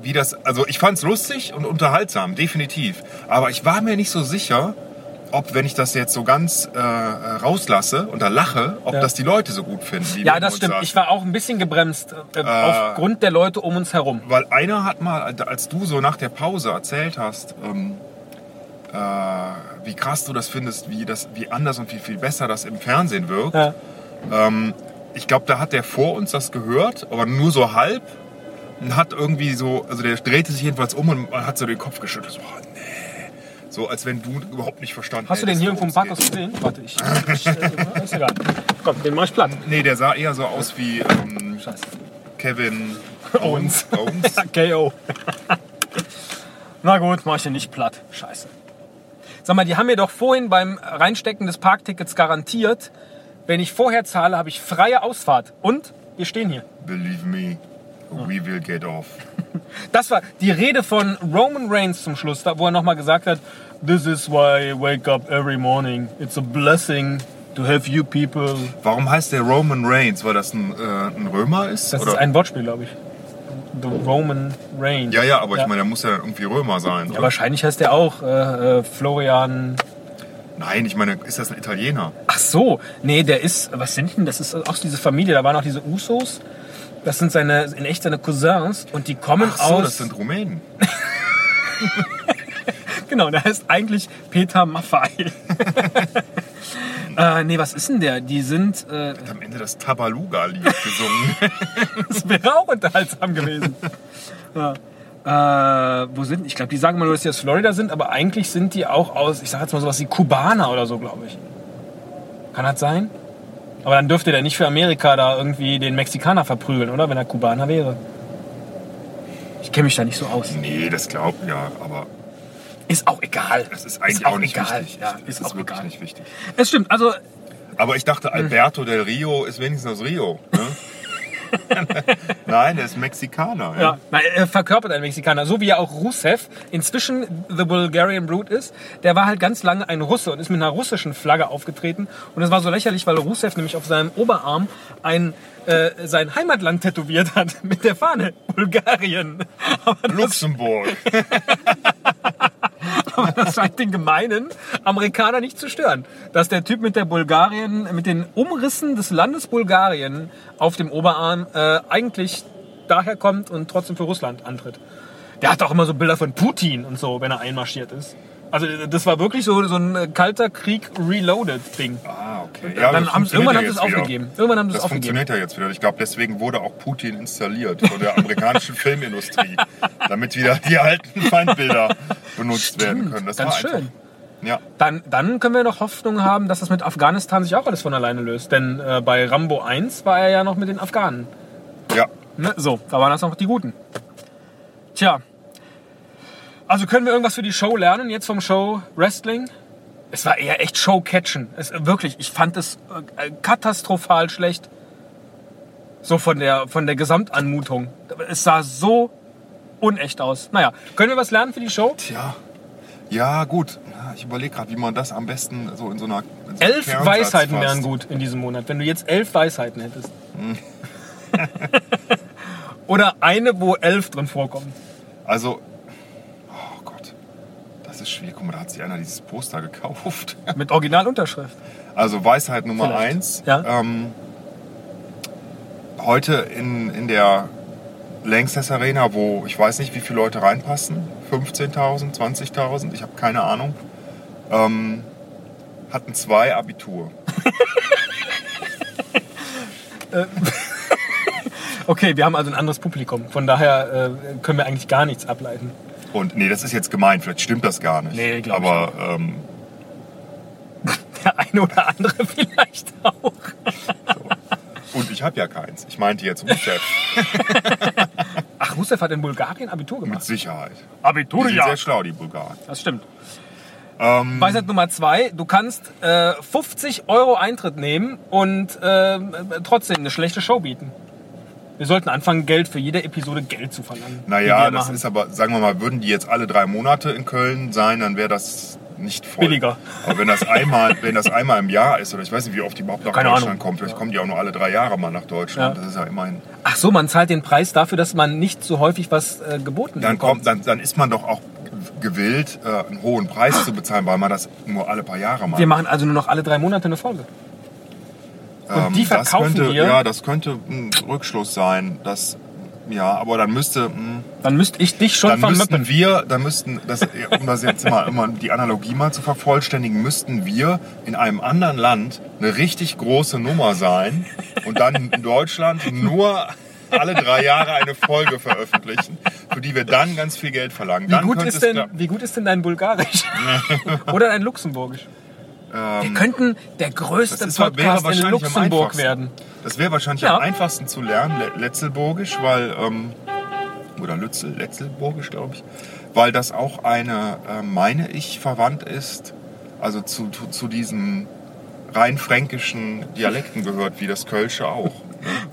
Speaker 3: wie das, also ich fand es lustig und unterhaltsam, definitiv. Aber ich war mir nicht so sicher, ob wenn ich das jetzt so ganz äh, rauslasse und da lache, ob
Speaker 2: Ja.
Speaker 3: das die Leute so gut finden. wie
Speaker 2: Ja,
Speaker 3: wir
Speaker 2: das
Speaker 3: uns
Speaker 2: stimmt.
Speaker 3: sagen.
Speaker 2: Ich war auch ein bisschen gebremst äh, aufgrund der Leute um uns herum.
Speaker 3: Weil einer hat mal, als du so nach der Pause erzählt hast, ähm, äh, wie krass du das findest, wie, das, wie anders und wie viel besser das im Fernsehen wirkt.
Speaker 2: Ja.
Speaker 3: Ähm, ich glaube, da hat der vor uns das gehört, aber nur so halb. Und hat irgendwie so, also der drehte sich jedenfalls um und hat so den Kopf geschüttelt. So, oh, nee. so als wenn du überhaupt nicht verstanden
Speaker 2: Hast du den
Speaker 3: hättest,
Speaker 2: hier irgendwo im
Speaker 3: worum es
Speaker 2: Parkhaus gesehen? Warte, ich. ich äh, ist egal. Komm, den mach ich platt.
Speaker 3: geht. Nee, der sah eher so aus wie ähm,
Speaker 2: Scheiße.
Speaker 3: Kevin
Speaker 2: Owens.
Speaker 3: Owens. Owens.
Speaker 2: KO. Na gut, mach ich den nicht platt. Scheiße. Sag mal, die haben mir doch vorhin beim Reinstecken des Parktickets garantiert, wenn ich vorher zahle, habe ich freie Ausfahrt. Und wir stehen hier.
Speaker 3: Believe me, we will get off.
Speaker 2: Das war die Rede von Roman Reigns zum Schluss, da- wo er nochmal gesagt hat, This is why I wake up every morning. It's a blessing to have you people.
Speaker 3: Warum heißt der Roman Reigns? Weil das ein, äh, ein Römer ist?
Speaker 2: Das ist ein Wortspiel, glaube ich. The Roman Reigns.
Speaker 3: ja, ja, aber ich meine, der muss ja dann irgendwie Römer sein.
Speaker 2: Ja,
Speaker 3: oder?
Speaker 2: wahrscheinlich heißt der auch äh, äh, Florian.
Speaker 3: Nein, ich meine, ist das ein Italiener?
Speaker 2: Ach so, nee, der ist. Was sind denn? Das ist auch diese Familie. Da waren auch diese Usos. Das sind seine, in echt seine Cousins und die kommen
Speaker 3: Ach so,
Speaker 2: aus.
Speaker 3: das sind Rumänen.
Speaker 2: Genau, der heißt eigentlich Peter Maffei. äh, nee, was ist denn der? Die sind. Äh,
Speaker 3: Hat am Ende das Tabaluga-Lied gesungen.
Speaker 2: das wäre auch unterhaltsam gewesen. ja. äh, wo sind? Ich glaube, die sagen immer nur, dass die aus Florida sind, aber eigentlich sind die auch aus, ich sag jetzt mal sowas wie Kubaner oder so, glaube ich. Kann das sein? Aber dann dürfte der nicht für Amerika da irgendwie den Mexikaner verprügeln, oder? Wenn er Kubaner wäre. Ich kenne mich da nicht so aus.
Speaker 3: nee, das glaubt ja, aber
Speaker 2: Ist auch egal.
Speaker 3: das ist eigentlich auch, nicht wichtig.
Speaker 2: Ja,
Speaker 3: das
Speaker 2: ist,
Speaker 3: ist
Speaker 2: auch
Speaker 3: wirklich
Speaker 2: egal. Hm.
Speaker 3: nicht wichtig.
Speaker 2: Es stimmt, also
Speaker 3: Aber ich dachte, Alberto del Rio ist wenigstens aus Rio. Ne? Nein, der ist Mexikaner. Ja.
Speaker 2: Ja, nein, er verkörpert einen Mexikaner, so wie ja auch Rusev inzwischen The Bulgarian Brute ist. Der war halt ganz lange ein Russe und ist mit einer russischen Flagge aufgetreten. Und das war so lächerlich, weil Rusev nämlich auf seinem Oberarm ein, äh, sein Heimatland tätowiert hat mit der Fahne Bulgarien. Aber das,
Speaker 3: Luxemburg.
Speaker 2: aber das scheint den gemeinen Amerikaner nicht zu stören, dass der Typ mit der Bulgarien, mit den Umrissen des Landes Bulgarien auf dem Oberarm äh, eigentlich daher kommt und trotzdem für Russland antritt. Der hat auch immer so Bilder von Putin und so, wenn er einmarschiert ist. Also das war wirklich so, so ein äh, kalter Krieg reloaded Ding.
Speaker 3: Ah, okay.
Speaker 2: Dann haben sie- irgendwann haben sie
Speaker 3: funktioniert ja
Speaker 2: es
Speaker 3: jetzt wieder.
Speaker 2: aufgegeben. Irgendwann haben sie es
Speaker 3: das
Speaker 2: aufgegeben.
Speaker 3: funktioniert ja jetzt wieder. Ich glaube, deswegen wurde auch Putin installiert von der amerikanischen Filmindustrie, damit wieder die alten Feindbilder benutzt werden können. Das
Speaker 2: Mhm, ganz
Speaker 3: war
Speaker 2: schön.
Speaker 3: einfach. Ja,
Speaker 2: Dann, dann können wir noch Hoffnung haben, dass das mit Afghanistan sich auch alles von alleine löst. Denn äh, bei Rambo 1 war er ja noch mit den Afghanen.
Speaker 3: ja.
Speaker 2: Ne? So, da waren das noch die Guten. Tja. Also können wir irgendwas für die Show lernen jetzt vom Show Wrestling? Es war eher echt Show-Catchen. Es, äh, wirklich, ich fand es äh, katastrophal schlecht. So von der, von der Gesamtanmutung. Es sah so unecht aus. Naja, können wir was lernen für die Show?
Speaker 3: Tja. Ja, gut. Ja, Ich überlege gerade, wie man das am besten so in so einer. in so einen
Speaker 2: Elf
Speaker 3: Kernsatz
Speaker 2: Weisheiten
Speaker 3: fasst.
Speaker 2: wären gut in diesem Monat, wenn du jetzt elf Weisheiten hättest. Oder eine, wo elf drin vorkommen.
Speaker 3: Also. Oh Gott. Das ist schwierig. Guck mal, da hat sich einer dieses Poster gekauft.
Speaker 2: Mit Originalunterschrift.
Speaker 3: Also Weisheit Nummer
Speaker 2: Vielleicht.
Speaker 3: eins.
Speaker 2: Ja.
Speaker 3: Ähm, heute in, in der Langsess Arena, wo ich weiß nicht, wie viele Leute reinpassen. 15.000, 20.000, ich habe keine Ahnung. Ähm, hatten zwei Abitur.
Speaker 2: Okay, wir haben also ein anderes Publikum. Von daher äh, können wir eigentlich gar nichts ableiten.
Speaker 3: Und nee, das ist jetzt gemein, vielleicht stimmt das gar nicht.
Speaker 2: Nee, glaub ich
Speaker 3: Aber ähm,
Speaker 2: Der eine oder andere vielleicht auch.
Speaker 3: und ich habe ja keins. Ich meinte jetzt um Rusev,
Speaker 2: Ach, Rusev hat in Bulgarien Abitur
Speaker 3: mit
Speaker 2: gemacht.
Speaker 3: Sicherheit. Die
Speaker 2: Abitur,
Speaker 3: sind sehr schlau, die Bulgaren.
Speaker 2: Das stimmt.
Speaker 3: Ähm.
Speaker 2: Weisheit Nummer zwei, du kannst äh, 50 Euro Eintritt nehmen und äh, trotzdem eine schlechte Show bieten. Wir sollten anfangen, Geld für jede Episode Geld zu verlangen. die
Speaker 3: Naja,
Speaker 2: wir
Speaker 3: das
Speaker 2: machen.
Speaker 3: ist aber, sagen wir mal, würden die jetzt alle drei Monate in Köln sein, dann wäre das nicht voll.
Speaker 2: Billiger.
Speaker 3: Aber wenn das einmal, wenn das einmal im Jahr ist, oder ich weiß nicht, wie oft die überhaupt nach
Speaker 2: Keine
Speaker 3: Deutschland
Speaker 2: Ahnung.
Speaker 3: kommt, vielleicht kommen die auch nur alle drei Jahre mal nach Deutschland.
Speaker 2: Ja.
Speaker 3: Das ist ja immerhin.
Speaker 2: Ach so, man zahlt den Preis dafür, dass man nicht so häufig was äh, geboten
Speaker 3: Dann
Speaker 2: bekommt.
Speaker 3: kommt, dann, dann ist man doch auch gewillt, äh, einen hohen Preis zu bezahlen, weil man das nur alle paar Jahre macht.
Speaker 2: Wir machen also nur noch alle drei Monate eine Folge.
Speaker 3: Ähm,
Speaker 2: Und die verkaufen
Speaker 3: das könnte,
Speaker 2: wir.
Speaker 3: Ja, das könnte ein Rückschluss sein. Das, ja, aber dann müsste. hm, Mh,
Speaker 2: Dann müsste ich dich schon
Speaker 3: dann müssten
Speaker 2: vermöppeln.
Speaker 3: wir, dann müssten, das, um das jetzt mal immer die Analogie mal zu vervollständigen, müssten wir in einem anderen Land eine richtig große Nummer sein und dann in Deutschland nur alle drei Jahre eine Folge veröffentlichen, für die wir dann ganz viel Geld verlangen.
Speaker 2: Wie
Speaker 3: dann
Speaker 2: gut,
Speaker 3: könnte
Speaker 2: ist
Speaker 3: es
Speaker 2: denn,
Speaker 3: klappen.
Speaker 2: wie gut ist denn dein Bulgarisch? Oder dein Luxemburgisch? wir könnten der
Speaker 3: Ähm, Das
Speaker 2: größte
Speaker 3: ist, halt- wäre
Speaker 2: Podcast
Speaker 3: wahrscheinlich
Speaker 2: in
Speaker 3: am
Speaker 2: Luxemburg
Speaker 3: einfachsten.
Speaker 2: werden.
Speaker 3: Das wäre wahrscheinlich
Speaker 2: Ja.
Speaker 3: am einfachsten zu lernen, Le- Letzelburgisch, weil ähm, oder Lützel, Letzelburgisch, glaube ich, weil das auch eine, äh, meine ich, verwandt ist, also zu, zu, zu diesen rein fränkischen Dialekten gehört, wie das Kölsche auch.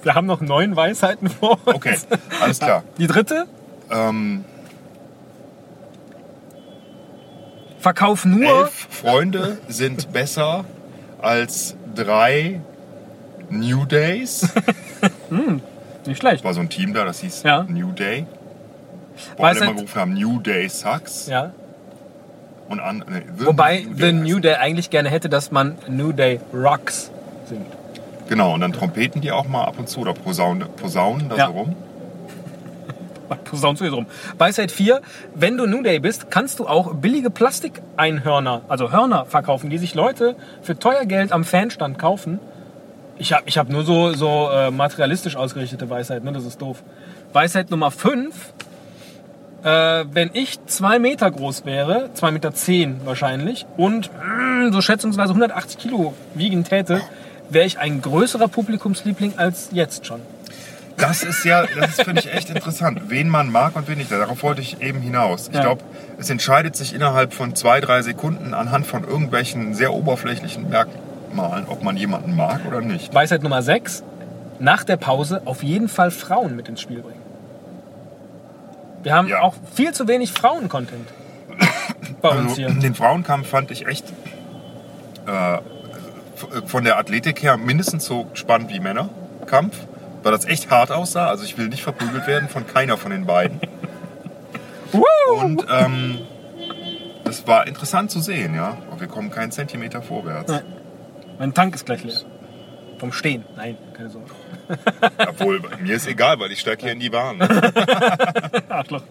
Speaker 2: Wir haben noch neun Weisheiten vor uns.
Speaker 3: Okay, alles klar.
Speaker 2: Die dritte,
Speaker 3: Ähm,
Speaker 2: verkauf nur...
Speaker 3: elf Freunde sind besser als drei New Days.
Speaker 2: Nicht schlecht.
Speaker 3: war so ein Team da, das hieß
Speaker 2: Ja.
Speaker 3: New Day. Wo
Speaker 2: Weiß
Speaker 3: alle immer
Speaker 2: nicht-
Speaker 3: gerufen haben, New Day sucks.
Speaker 2: Ja.
Speaker 3: Und an, nee, The
Speaker 2: Wobei The New
Speaker 3: heißt.
Speaker 2: Day eigentlich gerne hätte, dass man New Day Rocks singt.
Speaker 3: Genau, und dann trompeten die auch mal ab und zu oder posaunen, posaunen da
Speaker 2: Ja.
Speaker 3: so rum.
Speaker 2: Posaun zu rum. Weisheit 4, wenn du New Day bist, kannst du auch billige Plastikeinhörner, also Hörner verkaufen, die sich Leute für teuer Geld am Fanstand kaufen. Ich habe ich hab nur so, so äh, materialistisch ausgerichtete Weisheit, ne? das ist doof. Weisheit Nummer 5, äh, wenn ich 2 Meter groß wäre, 2,10 Meter zehn wahrscheinlich, und mm, so schätzungsweise 180 Kilo wiegen täte, wäre ich ein größerer Publikumsliebling als jetzt schon.
Speaker 3: Das ist ja, das ist, finde ich echt interessant, wen man mag und wen nicht. Darauf wollte ich eben hinaus. Ich
Speaker 2: Ja.
Speaker 3: glaube, es entscheidet sich innerhalb von zwei, drei Sekunden anhand von irgendwelchen sehr oberflächlichen Merkmalen, ob man jemanden mag oder nicht.
Speaker 2: Weisheit Nummer 6. Nach der Pause auf jeden Fall Frauen mit ins Spiel bringen. Wir haben
Speaker 3: Ja.
Speaker 2: auch viel zu wenig Frauen-Content bei uns
Speaker 3: Also,
Speaker 2: hier.
Speaker 3: den Frauenkampf fand ich echt äh, f- von der Athletik her mindestens so spannend wie Männerkampf, weil das echt hart aussah. Also ich will nicht verprügelt werden von keiner von den beiden.
Speaker 2: Woo!
Speaker 3: Und ähm, das war interessant zu sehen, ja. Aber wir kommen keinen Zentimeter vorwärts.
Speaker 2: Ja. Mein Tank ist gleich leer. Vom Stehen. Nein, keine Sorge.
Speaker 3: Obwohl, mir ist egal, weil ich steige hier in die Bahn.
Speaker 2: Arschloch.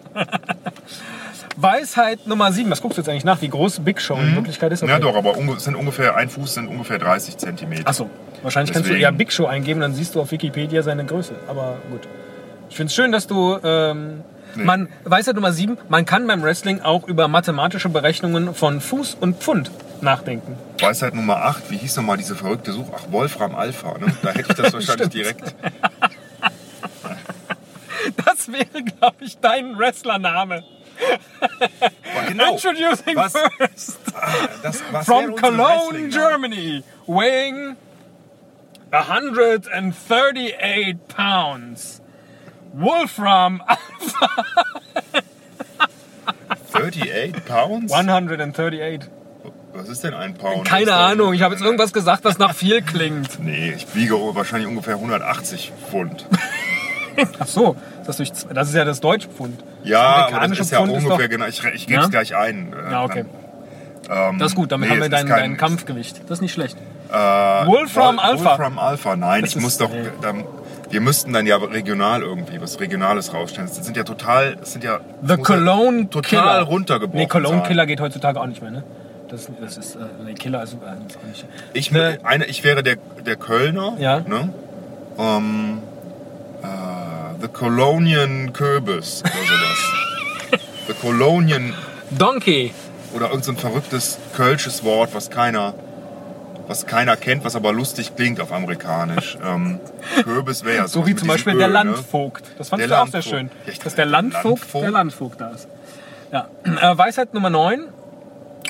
Speaker 2: Weisheit Nummer 7. Was guckst du jetzt eigentlich nach? Wie groß Big Show in Wirklichkeit ist?
Speaker 3: Mhm. Ja doch, aber unge- es sind ungefähr, ein Fuß sind ungefähr 30 Zentimeter.
Speaker 2: Achso, wahrscheinlich kannst du
Speaker 3: Deswegen.
Speaker 2: eher Big Show eingeben, dann siehst du auf Wikipedia seine Größe. Aber gut. Ich finde es schön, dass du. Ähm, Man weiß ja Nummer 7, man kann beim Wrestling auch über mathematische Berechnungen von Fuß und Pfund nachdenken.
Speaker 3: Weisheit Nummer 8, wie hieß nochmal diese verrückte Suche? Ach, Wolfram Alpha, ne? Da hätte ich das wahrscheinlich direkt.
Speaker 2: Das wäre, glaube ich, dein Wrestlername.
Speaker 3: Boah, genau.
Speaker 2: Introducing
Speaker 3: Was?
Speaker 2: first
Speaker 3: Das, was wäre
Speaker 2: from
Speaker 3: unsere
Speaker 2: Cologne,
Speaker 3: Wrestling-Namen?
Speaker 2: Germany, weighing 138 pounds. Wolfram
Speaker 3: 38 Pounds?
Speaker 2: 138.
Speaker 3: Was ist denn ein Pound? Ist
Speaker 2: Keine
Speaker 3: das-
Speaker 2: Ahnung, ich habe jetzt irgendwas gesagt, was nach viel klingt.
Speaker 3: Nee, ich wiege wahrscheinlich ungefähr 180 Pfund.
Speaker 2: Ach so, ist das, durch, z- das ist ja das deutsche Pfund.
Speaker 3: Ja, aber das
Speaker 2: amerikanische
Speaker 3: ist ja
Speaker 2: Pfund ist
Speaker 3: ungefähr
Speaker 2: doch-
Speaker 3: genau. Ich, ich gebe
Speaker 2: Ja?
Speaker 3: es gleich ein. äh,
Speaker 2: Ja, okay.
Speaker 3: dann, ähm,
Speaker 2: Das ist gut, damit
Speaker 3: nee,
Speaker 2: haben wir
Speaker 3: es
Speaker 2: dein,
Speaker 3: ist kein- äh,
Speaker 2: dein Kampfgewicht. Das ist nicht schlecht. Wolfram
Speaker 3: Wolf-
Speaker 2: Alpha.
Speaker 3: Wolfram Alpha, nein,
Speaker 2: Das
Speaker 3: ich
Speaker 2: ist-
Speaker 3: muss doch. Da, wir müssten dann ja regional irgendwie was Regionales rausstellen. Das sind ja total. Das sind ja, das
Speaker 2: The
Speaker 3: muss ja
Speaker 2: Cologne
Speaker 3: Total
Speaker 2: Killer.
Speaker 3: runtergebrochen.
Speaker 2: Nee, Cologne
Speaker 3: sein.
Speaker 2: Killer geht heutzutage auch nicht mehr, ne? Das, das ist, äh, nee, Killer ist, äh, ist auch nicht.
Speaker 3: Ich,
Speaker 2: Ne.
Speaker 3: eine, ich wäre der, der Kölner.
Speaker 2: Ja.
Speaker 3: Ne? Ähm, äh, the Colonian Kürbis oder sowas. the Colonian
Speaker 2: Donkey.
Speaker 3: oder irgendein so ein verrücktes kölsches Wort, was keiner, was keiner kennt, was aber lustig klingt auf amerikanisch. ähm, Kürbis wäre ja
Speaker 2: So
Speaker 3: sowas
Speaker 2: wie
Speaker 3: mit
Speaker 2: zum
Speaker 3: diesem
Speaker 2: Beispiel
Speaker 3: Öl,
Speaker 2: der
Speaker 3: ne?
Speaker 2: Landvogt. Das fand
Speaker 3: Der
Speaker 2: ich auch sehr
Speaker 3: Landvogt.
Speaker 2: schön.
Speaker 3: Ja, ich
Speaker 2: dass
Speaker 3: dachte,
Speaker 2: der Landvogt,
Speaker 3: Landvogt.
Speaker 2: der Landvogt da ist. Ja. Äh, Weisheit Nummer 9.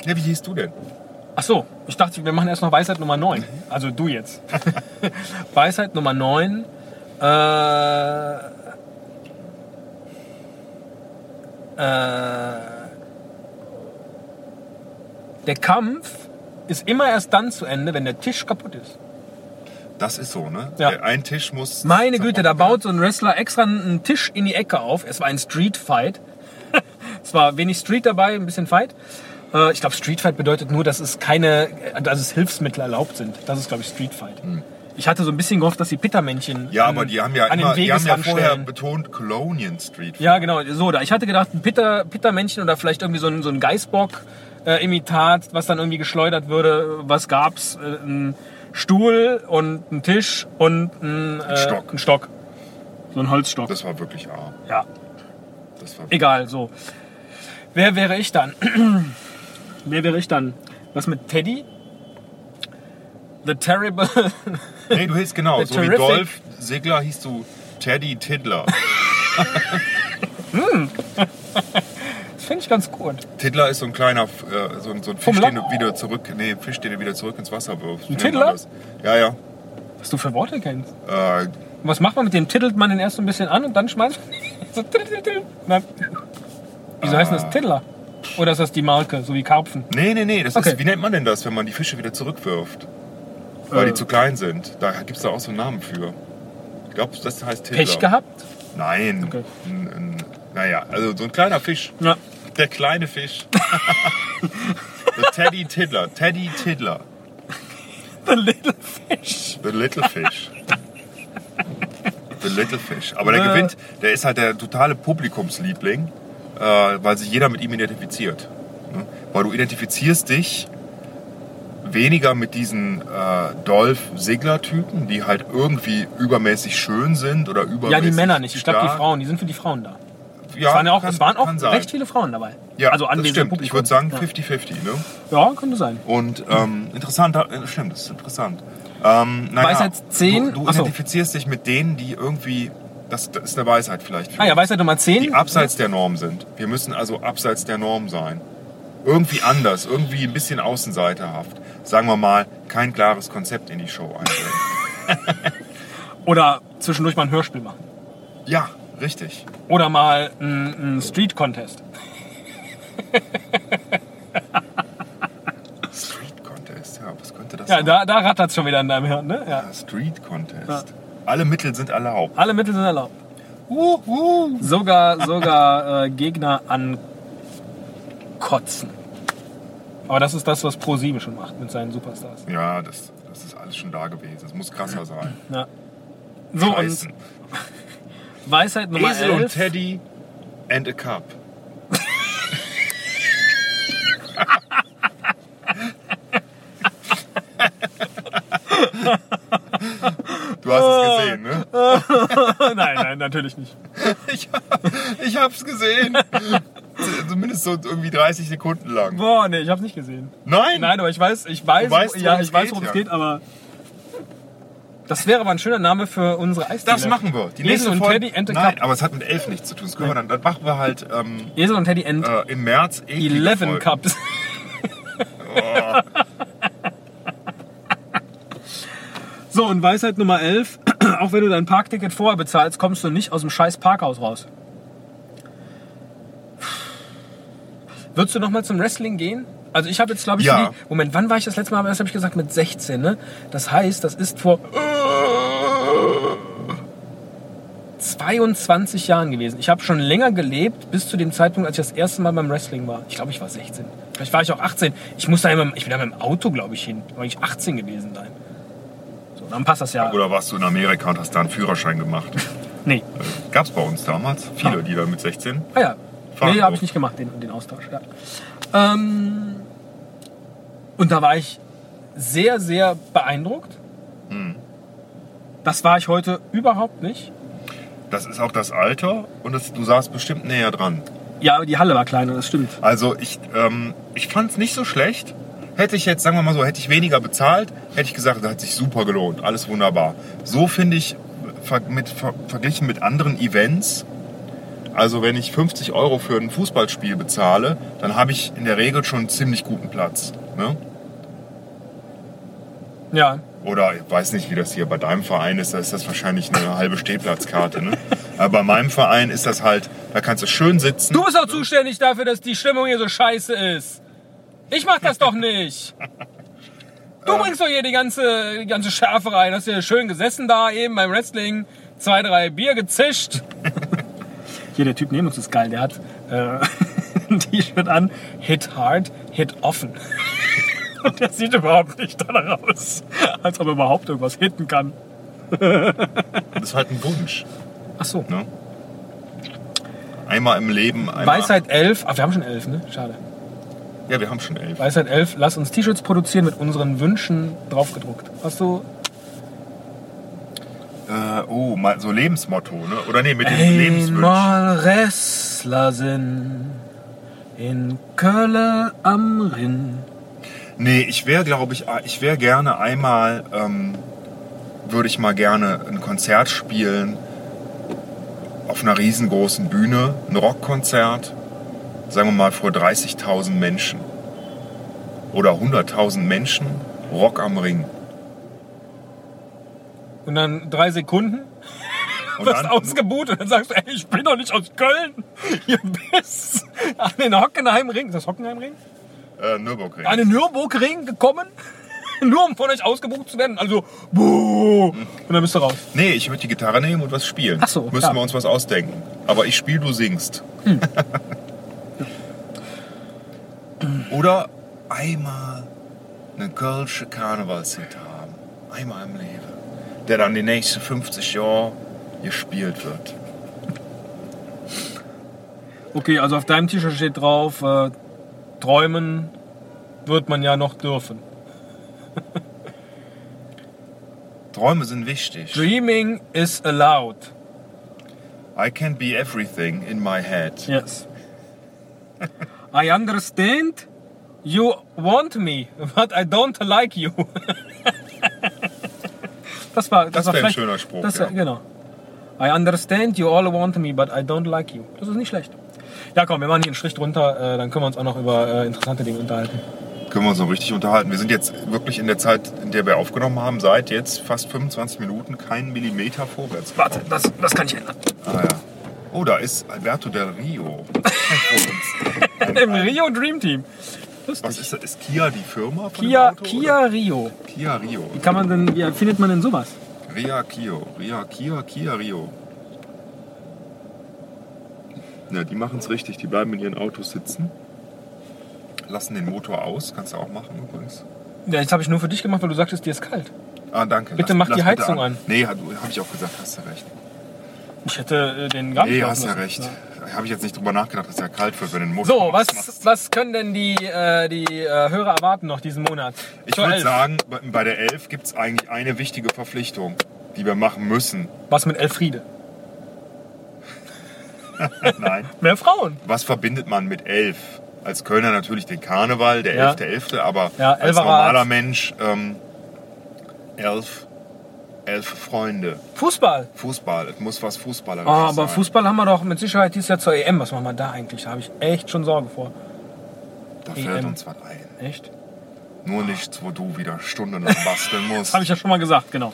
Speaker 3: Ja, wie hieß du denn?
Speaker 2: Ach so, ich dachte, wir machen erst noch Weisheit Nummer 9. Also du jetzt. Weisheit Nummer 9. Äh, äh, der Kampf ist immer erst dann zu Ende, wenn der Tisch kaputt ist.
Speaker 3: Das ist so, ne?
Speaker 2: Ja.
Speaker 3: Der- Ein Tisch muss.
Speaker 2: Meine Güte, da
Speaker 3: zerbrochen
Speaker 2: baut so ein Wrestler extra einen Tisch in die Ecke auf. Es war ein Street Fight. es war wenig Street dabei, ein bisschen Fight. Äh, Ich glaube, Street Fight bedeutet nur, dass es keine, äh, dass es Hilfsmittel erlaubt sind. Das ist, glaube ich, Street Fight. Ich hatte so ein bisschen gehofft, dass die Pittermännchen ähm,
Speaker 3: Ja,
Speaker 2: an-
Speaker 3: aber die haben ja,
Speaker 2: an
Speaker 3: immer,
Speaker 2: den
Speaker 3: die haben ja
Speaker 2: Wegesrand
Speaker 3: vorher
Speaker 2: stellen.
Speaker 3: betont Colonian Street.
Speaker 2: Ja, genau. So, da ich hatte gedacht, ein Pitter, Pittermännchen oder vielleicht irgendwie so ein, so ein Geißbock äh, Imitat, was dann irgendwie geschleudert würde. Was gab's? Äh, ein Stuhl und ein Tisch und ein, äh,
Speaker 3: Stock.
Speaker 2: ein Stock. So ein Holzstock.
Speaker 3: Das war wirklich arm.
Speaker 2: ja,
Speaker 3: Das war
Speaker 2: egal, so. Wer wäre ich dann? Wer wäre ich dann? Was mit Teddy? The Terrible.
Speaker 3: Nee, du hieß genau,
Speaker 2: Der
Speaker 3: so wie
Speaker 2: Terrific.
Speaker 3: Dolph Segler hießt du Teddy Tiddler.
Speaker 2: Das finde ich ganz gut.
Speaker 3: Tiddler ist so ein kleiner, äh, so ein, so ein
Speaker 2: Vom
Speaker 3: Fisch, den
Speaker 2: Loch?
Speaker 3: du wieder zurück, nee, Fisch, den du wieder zurück ins Wasser wirfst.
Speaker 2: Ein
Speaker 3: Wie nennt
Speaker 2: Tiddler?
Speaker 3: man das? Ja,
Speaker 2: Was du für Worte kennst.
Speaker 3: ja. Äh,
Speaker 2: Und was macht man mit dem? Tittelt man den erst so ein bisschen an und dann schmeißt man. So tittelt, tittelt. Nein. Wieso heißt
Speaker 3: Ah.
Speaker 2: das Tiddler? Oder ist das die Marke, so wie Karpfen?
Speaker 3: nee, nee, nee, das
Speaker 2: Okay.
Speaker 3: ist, wie nennt man denn das, wenn man die Fische wieder zurückwirft? Weil
Speaker 2: Äh.
Speaker 3: die zu klein sind. Da gibt es da auch so einen Namen für. Ich glaube, das heißt Tiddler.
Speaker 2: Pech gehabt?
Speaker 3: Nein.
Speaker 2: Okay.
Speaker 3: Ein, ein, naja, also so ein kleiner Fisch.
Speaker 2: Ja.
Speaker 3: Der kleine Fisch. The Teddy Tiddler. Teddy Tiddler.
Speaker 2: The little fish.
Speaker 3: The Little Fish. The Little Fish. Aber der
Speaker 2: Äh.
Speaker 3: gewinnt, der ist halt der totale Publikumsliebling, äh, weil sich jeder mit ihm identifiziert. Ne? Weil du identifizierst dich weniger mit diesen äh, Dolph-Segler-Typen, die halt irgendwie übermäßig schön sind oder übermäßig
Speaker 2: Ja, die Männer nicht. Ich glaube, die
Speaker 3: stark.
Speaker 2: Frauen, die sind für die Frauen da.
Speaker 3: Ja,
Speaker 2: es waren ja auch,
Speaker 3: kann-
Speaker 2: es waren auch
Speaker 3: kann sein.
Speaker 2: recht viele Frauen dabei.
Speaker 3: Ja,
Speaker 2: also
Speaker 3: das
Speaker 2: anwesende
Speaker 3: stimmt.
Speaker 2: Publikum.
Speaker 3: Ich würde sagen
Speaker 2: Ja.
Speaker 3: 50-50. Ne?
Speaker 2: ja, könnte sein.
Speaker 3: Und ähm, interessant, äh, stimmt, das ist interessant. Ähm, naja,
Speaker 2: Weisheit 10?
Speaker 3: Du, du
Speaker 2: Ach so.
Speaker 3: identifizierst dich mit denen, die irgendwie, das, das ist eine Weisheit vielleicht, für
Speaker 2: Ah ja,
Speaker 3: uns,
Speaker 2: Weisheit Nummer 10.
Speaker 3: die abseits der Norm sind. Wir müssen also abseits der Norm sein. Irgendwie anders, irgendwie ein bisschen außenseiterhaft. Sagen wir mal, kein klares Konzept in die Show einbringen.
Speaker 2: Oder zwischendurch mal ein Hörspiel machen.
Speaker 3: ja, richtig.
Speaker 2: Oder mal ein, ein Street-Contest.
Speaker 3: Street Contest, ja, was könnte das
Speaker 2: Ja,
Speaker 3: sein?
Speaker 2: da, da rattert es schon wieder in deinem Hirn, ne? Ja.
Speaker 3: Street Contest. Alle Mittel sind erlaubt.
Speaker 2: Alle Mittel sind erlaubt. Sogar, sogar äh, Gegner ankotzen. Aber das ist das, was Pro7 schon macht mit seinen Superstars.
Speaker 3: Ja, das, das ist alles schon da gewesen. Es muss krasser sein.
Speaker 2: Ja. So,
Speaker 3: Scheißen.
Speaker 2: und Weisheit Nummer
Speaker 3: Esel und
Speaker 2: 11.
Speaker 3: Teddy and a cup. Du hast es gesehen, ne?
Speaker 2: nein, nein, natürlich nicht.
Speaker 3: Ich, ich hab's gesehen. Z- Zumindest so irgendwie 30 Sekunden lang.
Speaker 2: Boah, nee, ich hab's nicht gesehen.
Speaker 3: Nein!
Speaker 2: Nein, aber ich weiß, ich weiß,
Speaker 3: Du weißt,
Speaker 2: ja,
Speaker 3: worum es
Speaker 2: ich weiß,
Speaker 3: geht,
Speaker 2: worum es
Speaker 3: ja.
Speaker 2: geht, aber... Das wäre aber ein schöner Name für unsere Eisdiele.
Speaker 3: Das machen wir. Die nächste
Speaker 2: Esel und
Speaker 3: Folge.
Speaker 2: Teddy and a
Speaker 3: Nein,
Speaker 2: Cup.
Speaker 3: aber es hat mit elf nichts zu tun. Das können wir dann, dann machen wir halt ähm,
Speaker 2: Esel und Teddy and
Speaker 3: äh, im März eklige
Speaker 2: 11
Speaker 3: Folgen.
Speaker 2: Cups. Oh. So, und Weisheit Nummer 11. Auch wenn du dein Parkticket vorher bezahlst, kommst du nicht aus dem scheiß Parkhaus raus. Würdest du nochmal zum Wrestling gehen? Also ich habe jetzt, glaube ich,
Speaker 3: Ja.
Speaker 2: die, Moment, wann war ich das letzte Mal? Das habe ich gesagt, mit 16, ne? Das heißt, das ist vor 23 Jahren gewesen. Ich habe schon länger gelebt, bis zu dem Zeitpunkt, als ich das erste Mal beim Wrestling war. Ich glaube, ich war 16. Vielleicht war ich auch 18. Ich, muss da immer, ich bin da mit dem Auto, glaube ich, hin. Da war ich 18 gewesen sein. So, dann passt das ja.
Speaker 3: Oder warst du in Amerika und hast da einen Führerschein gemacht?
Speaker 2: Nee.
Speaker 3: Gab's bei uns damals. Viele,
Speaker 2: Ah.
Speaker 3: die da mit 16.
Speaker 2: Ah ja.
Speaker 3: Fahren
Speaker 2: nee,
Speaker 3: so.
Speaker 2: habe ich nicht gemacht, den, den Austausch. Ja. Ähm, und da war ich sehr, sehr beeindruckt. Hm. Das war ich heute überhaupt nicht.
Speaker 3: Das ist auch das Alter und das, du saßt bestimmt näher dran.
Speaker 2: Ja, aber die Halle war kleiner, das stimmt.
Speaker 3: Also ich, ähm, ich fand's nicht so schlecht. Hätte ich jetzt, sagen wir mal so, hätte ich weniger bezahlt, hätte ich gesagt, das hat sich super gelohnt, alles wunderbar. So finde ich, ver mit, ver verglichen mit anderen Events, also wenn ich 50 Euro für ein Fußballspiel bezahle, dann habe ich in der Regel schon einen ziemlich guten Platz. Ne?
Speaker 2: Ja.
Speaker 3: Oder ich weiß nicht, wie das hier bei deinem Verein ist, da ist das wahrscheinlich eine halbe Stehplatzkarte. Ne? Aber bei meinem Verein ist das halt, da kannst du schön sitzen.
Speaker 2: Du bist auch zuständig dafür, dass die Stimmung hier so scheiße ist. Ich mach das doch nicht. Du bringst doch hier die ganze, die ganze Schärfe rein. Hast hier schön gesessen da eben beim Wrestling. Zwei, drei Bier gezischt. Hier, der Typ neben uns ist geil. Der hat äh, ein T-Shirt an. Hit hard, hit offen. Und der sieht überhaupt nicht danach aus. Als ob er überhaupt irgendwas hitten kann.
Speaker 3: Das ist halt ein Wunsch.
Speaker 2: Ach so.
Speaker 3: Ne? Einmal im Leben, einmal.
Speaker 2: Weisheit 11. Ach, wir haben schon 11, ne? Schade.
Speaker 3: Ja, wir haben schon elf.
Speaker 2: Weisheit 11, lass uns T-Shirts produzieren mit unseren Wünschen draufgedruckt. Hast du.
Speaker 3: Äh, oh, mal so Lebensmotto, ne? Oder nee, mit dem Lebenswunsch.
Speaker 2: Einmal Wrestler sind in Köln am Rinn.
Speaker 3: Nee, ich wäre, glaube ich, äh, ich wäre gerne einmal, ähm, würde ich mal gerne ein Konzert spielen auf einer riesengroßen Bühne, ein Rockkonzert, sagen wir mal vor 30.000 Menschen oder 100.000 Menschen, Rock am Ring.
Speaker 2: Und dann drei Sekunden,
Speaker 3: Und
Speaker 2: wirst
Speaker 3: dann-
Speaker 2: ausgebuht und dann sagst du, ey, ich bin doch nicht aus Köln. Hier bist an den Hockenheimring, ist das Hockenheimring?
Speaker 3: äh, Nürburgring.
Speaker 2: An den Nürburgring gekommen, nur um von euch ausgebucht zu werden. Also, buh, und dann bist du raus.
Speaker 3: Nee, ich würde die Gitarre nehmen und was spielen.
Speaker 2: Ach so,
Speaker 3: Müssen
Speaker 2: klar. Hm.
Speaker 3: wir uns was ausdenken. Aber ich spiele, du singst. Oder einmal eine kölsche Karnevalshit haben. Einmal im Leben. Der dann die nächsten 50 Jahre gespielt wird.
Speaker 2: Okay, also auf deinem T-Shirt steht drauf, äh, träumen wird man ja noch dürfen.
Speaker 3: Träume sind wichtig.
Speaker 2: Dreaming is allowed.
Speaker 3: I can be everything in my head.
Speaker 2: Yes. I understand you want me, but I don't like you. das war,
Speaker 3: Das
Speaker 2: war
Speaker 3: wär ein
Speaker 2: vielleicht-
Speaker 3: schöner Spruch,
Speaker 2: Das,
Speaker 3: ja.
Speaker 2: Genau. I understand you all want me, but I don't like you. Das ist nicht schlecht. Ja, komm, wir machen hier einen Strich drunter, äh, dann können wir uns auch noch über äh, interessante Dinge unterhalten.
Speaker 3: Können wir uns noch richtig unterhalten. Wir sind jetzt wirklich in der Zeit, in der wir aufgenommen haben, seit jetzt fast 25 Minuten keinen Millimeter vorwärts.
Speaker 2: Warte, das, das kann ich ändern.
Speaker 3: Ah ja. Oh, da ist Alberto del Rio.
Speaker 2: Im Rio Dream Team.
Speaker 3: Was
Speaker 2: Lustig.
Speaker 3: ist das? Ist Kia die Firma von
Speaker 2: Kia,
Speaker 3: dem Auto?
Speaker 2: Kia Rio.
Speaker 3: oder? Kia Rio.
Speaker 2: Wie kann man denn, wie findet man denn sowas?
Speaker 3: Ria Kio. Ria Kia, Kia Rio. Ja, die machen es richtig. Die bleiben in ihren Autos sitzen. Lassen den Motor aus. Kannst du auch machen übrigens.
Speaker 2: Ja, jetzt habe ich nur für dich gemacht, weil du sagtest, dir ist kalt.
Speaker 3: Ah, danke.
Speaker 2: Bitte mach die
Speaker 3: bitte
Speaker 2: Heizung an.
Speaker 3: Nee, habe ich auch gesagt. Hast du recht.
Speaker 2: Ich hätte äh, den gar nicht
Speaker 3: Nee,
Speaker 2: laufen
Speaker 3: hast ja
Speaker 2: lassen.
Speaker 3: recht. Habe ich jetzt nicht drüber nachgedacht, dass ja kalt wird, wenn du den Motor
Speaker 2: So, was,
Speaker 3: ausmachst.
Speaker 2: was können denn die, äh, die äh, Hörer erwarten noch diesen Monat?
Speaker 3: Ich
Speaker 2: Zur
Speaker 3: würde
Speaker 2: Elf.
Speaker 3: sagen, bei- bei der Elf gibt es eigentlich eine wichtige Verpflichtung, die wir machen müssen.
Speaker 2: Was mit Elfriede?
Speaker 3: Nein.
Speaker 2: Mehr Frauen.
Speaker 3: Was verbindet man mit Elf? Als Kölner natürlich den Karneval, der
Speaker 2: Ja.
Speaker 3: Elfte, Elfte, aber
Speaker 2: Ja,
Speaker 3: als
Speaker 2: Elferrat.
Speaker 3: normaler Mensch ähm, elf, elf Freunde.
Speaker 2: Fußball.
Speaker 3: Fußball, es muss was Fußballerisches
Speaker 2: Ah, aber
Speaker 3: sein.
Speaker 2: Fußball haben wir doch mit Sicherheit dieses Jahr zur EM. Was machen wir da eigentlich? Da habe ich echt schon Sorge vor.
Speaker 3: Da fällt
Speaker 2: EM.
Speaker 3: uns was ein.
Speaker 2: Echt?
Speaker 3: Nur nichts, wo du wieder stundenlang basteln musst.
Speaker 2: Habe Ah. ich ja schon mal gesagt, genau.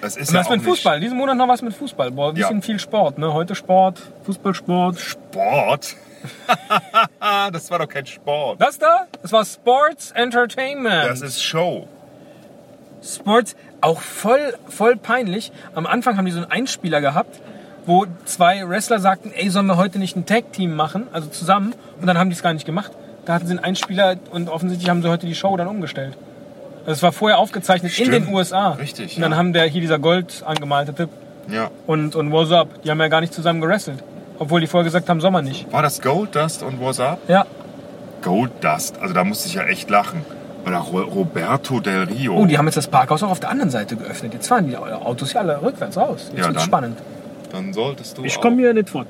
Speaker 3: das ist
Speaker 2: Und
Speaker 3: ja
Speaker 2: was
Speaker 3: auch
Speaker 2: mit
Speaker 3: nicht
Speaker 2: Fußball? Diesen Monat noch was mit Fußball. Boah, ein
Speaker 3: Ja.
Speaker 2: bisschen viel Sport, ne? Heute Sport, Fußballsport.
Speaker 3: Sport. das war doch kein Sport.
Speaker 2: Das da? Das war Sports Entertainment.
Speaker 3: Das ist Show.
Speaker 2: Sports auch voll, voll peinlich. Am Anfang haben die so einen Einspieler gehabt wo zwei Wrestler sagten, ey, sollen wir heute nicht ein Tag-Team machen, also zusammen, und dann haben die es gar nicht gemacht. Da hatten sie einen Einspieler und offensichtlich haben sie heute die Show dann umgestellt. Also es war vorher aufgezeichnet in
Speaker 3: Stimmt.
Speaker 2: den USA.
Speaker 3: Richtig,
Speaker 2: Und dann
Speaker 3: ja.
Speaker 2: haben der hier dieser Gold angemalte Tipp
Speaker 3: Ja.
Speaker 2: und, und What's Up, die haben ja gar nicht zusammen gewrestelt. Obwohl die vorher gesagt haben, Sommer nicht.
Speaker 3: War das Gold Dust und What's Up?
Speaker 2: Ja.
Speaker 3: Gold Dust, also da musste ich ja echt lachen. Oder Ro- Roberto Del Rio.
Speaker 2: Oh, die haben jetzt das Parkhaus auch auf der anderen Seite geöffnet. Jetzt fahren die Autos hier alle rückwärts raus. Jetzt
Speaker 3: Ja,
Speaker 2: wird's
Speaker 3: dann.
Speaker 2: spannend.
Speaker 3: Dann solltest du.
Speaker 2: Ich
Speaker 3: auch-
Speaker 2: komme hier nicht fort.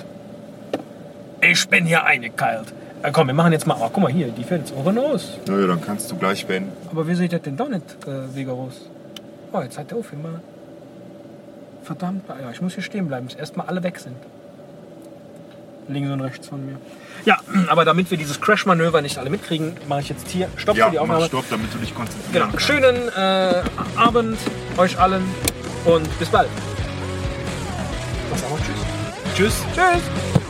Speaker 2: Ich bin hier eingekeilt. Äh, komm, wir machen jetzt mal. Oh, guck mal hier, die fährt jetzt auch in Ost.
Speaker 3: Naja, dann kannst du gleich beenden.
Speaker 2: Aber wieso ich das denn da nicht, äh, wegen Ost? Oh, jetzt hat der auf immer. Verdammt, ja, ich muss hier stehen bleiben, bis erstmal alle weg sind. Links und rechts von mir. Ja, aber damit wir dieses Crash-Manöver nicht alle mitkriegen, mache ich jetzt hier Stopp
Speaker 3: Ja,
Speaker 2: für die
Speaker 3: mach
Speaker 2: Aufnahme.
Speaker 3: Stopp, damit du dich konzentrieren
Speaker 2: Genau.
Speaker 3: kannst.
Speaker 2: Schönen äh, Abend euch allen und bis bald. Was auch? Tschüss. Tschüss. Tschüss.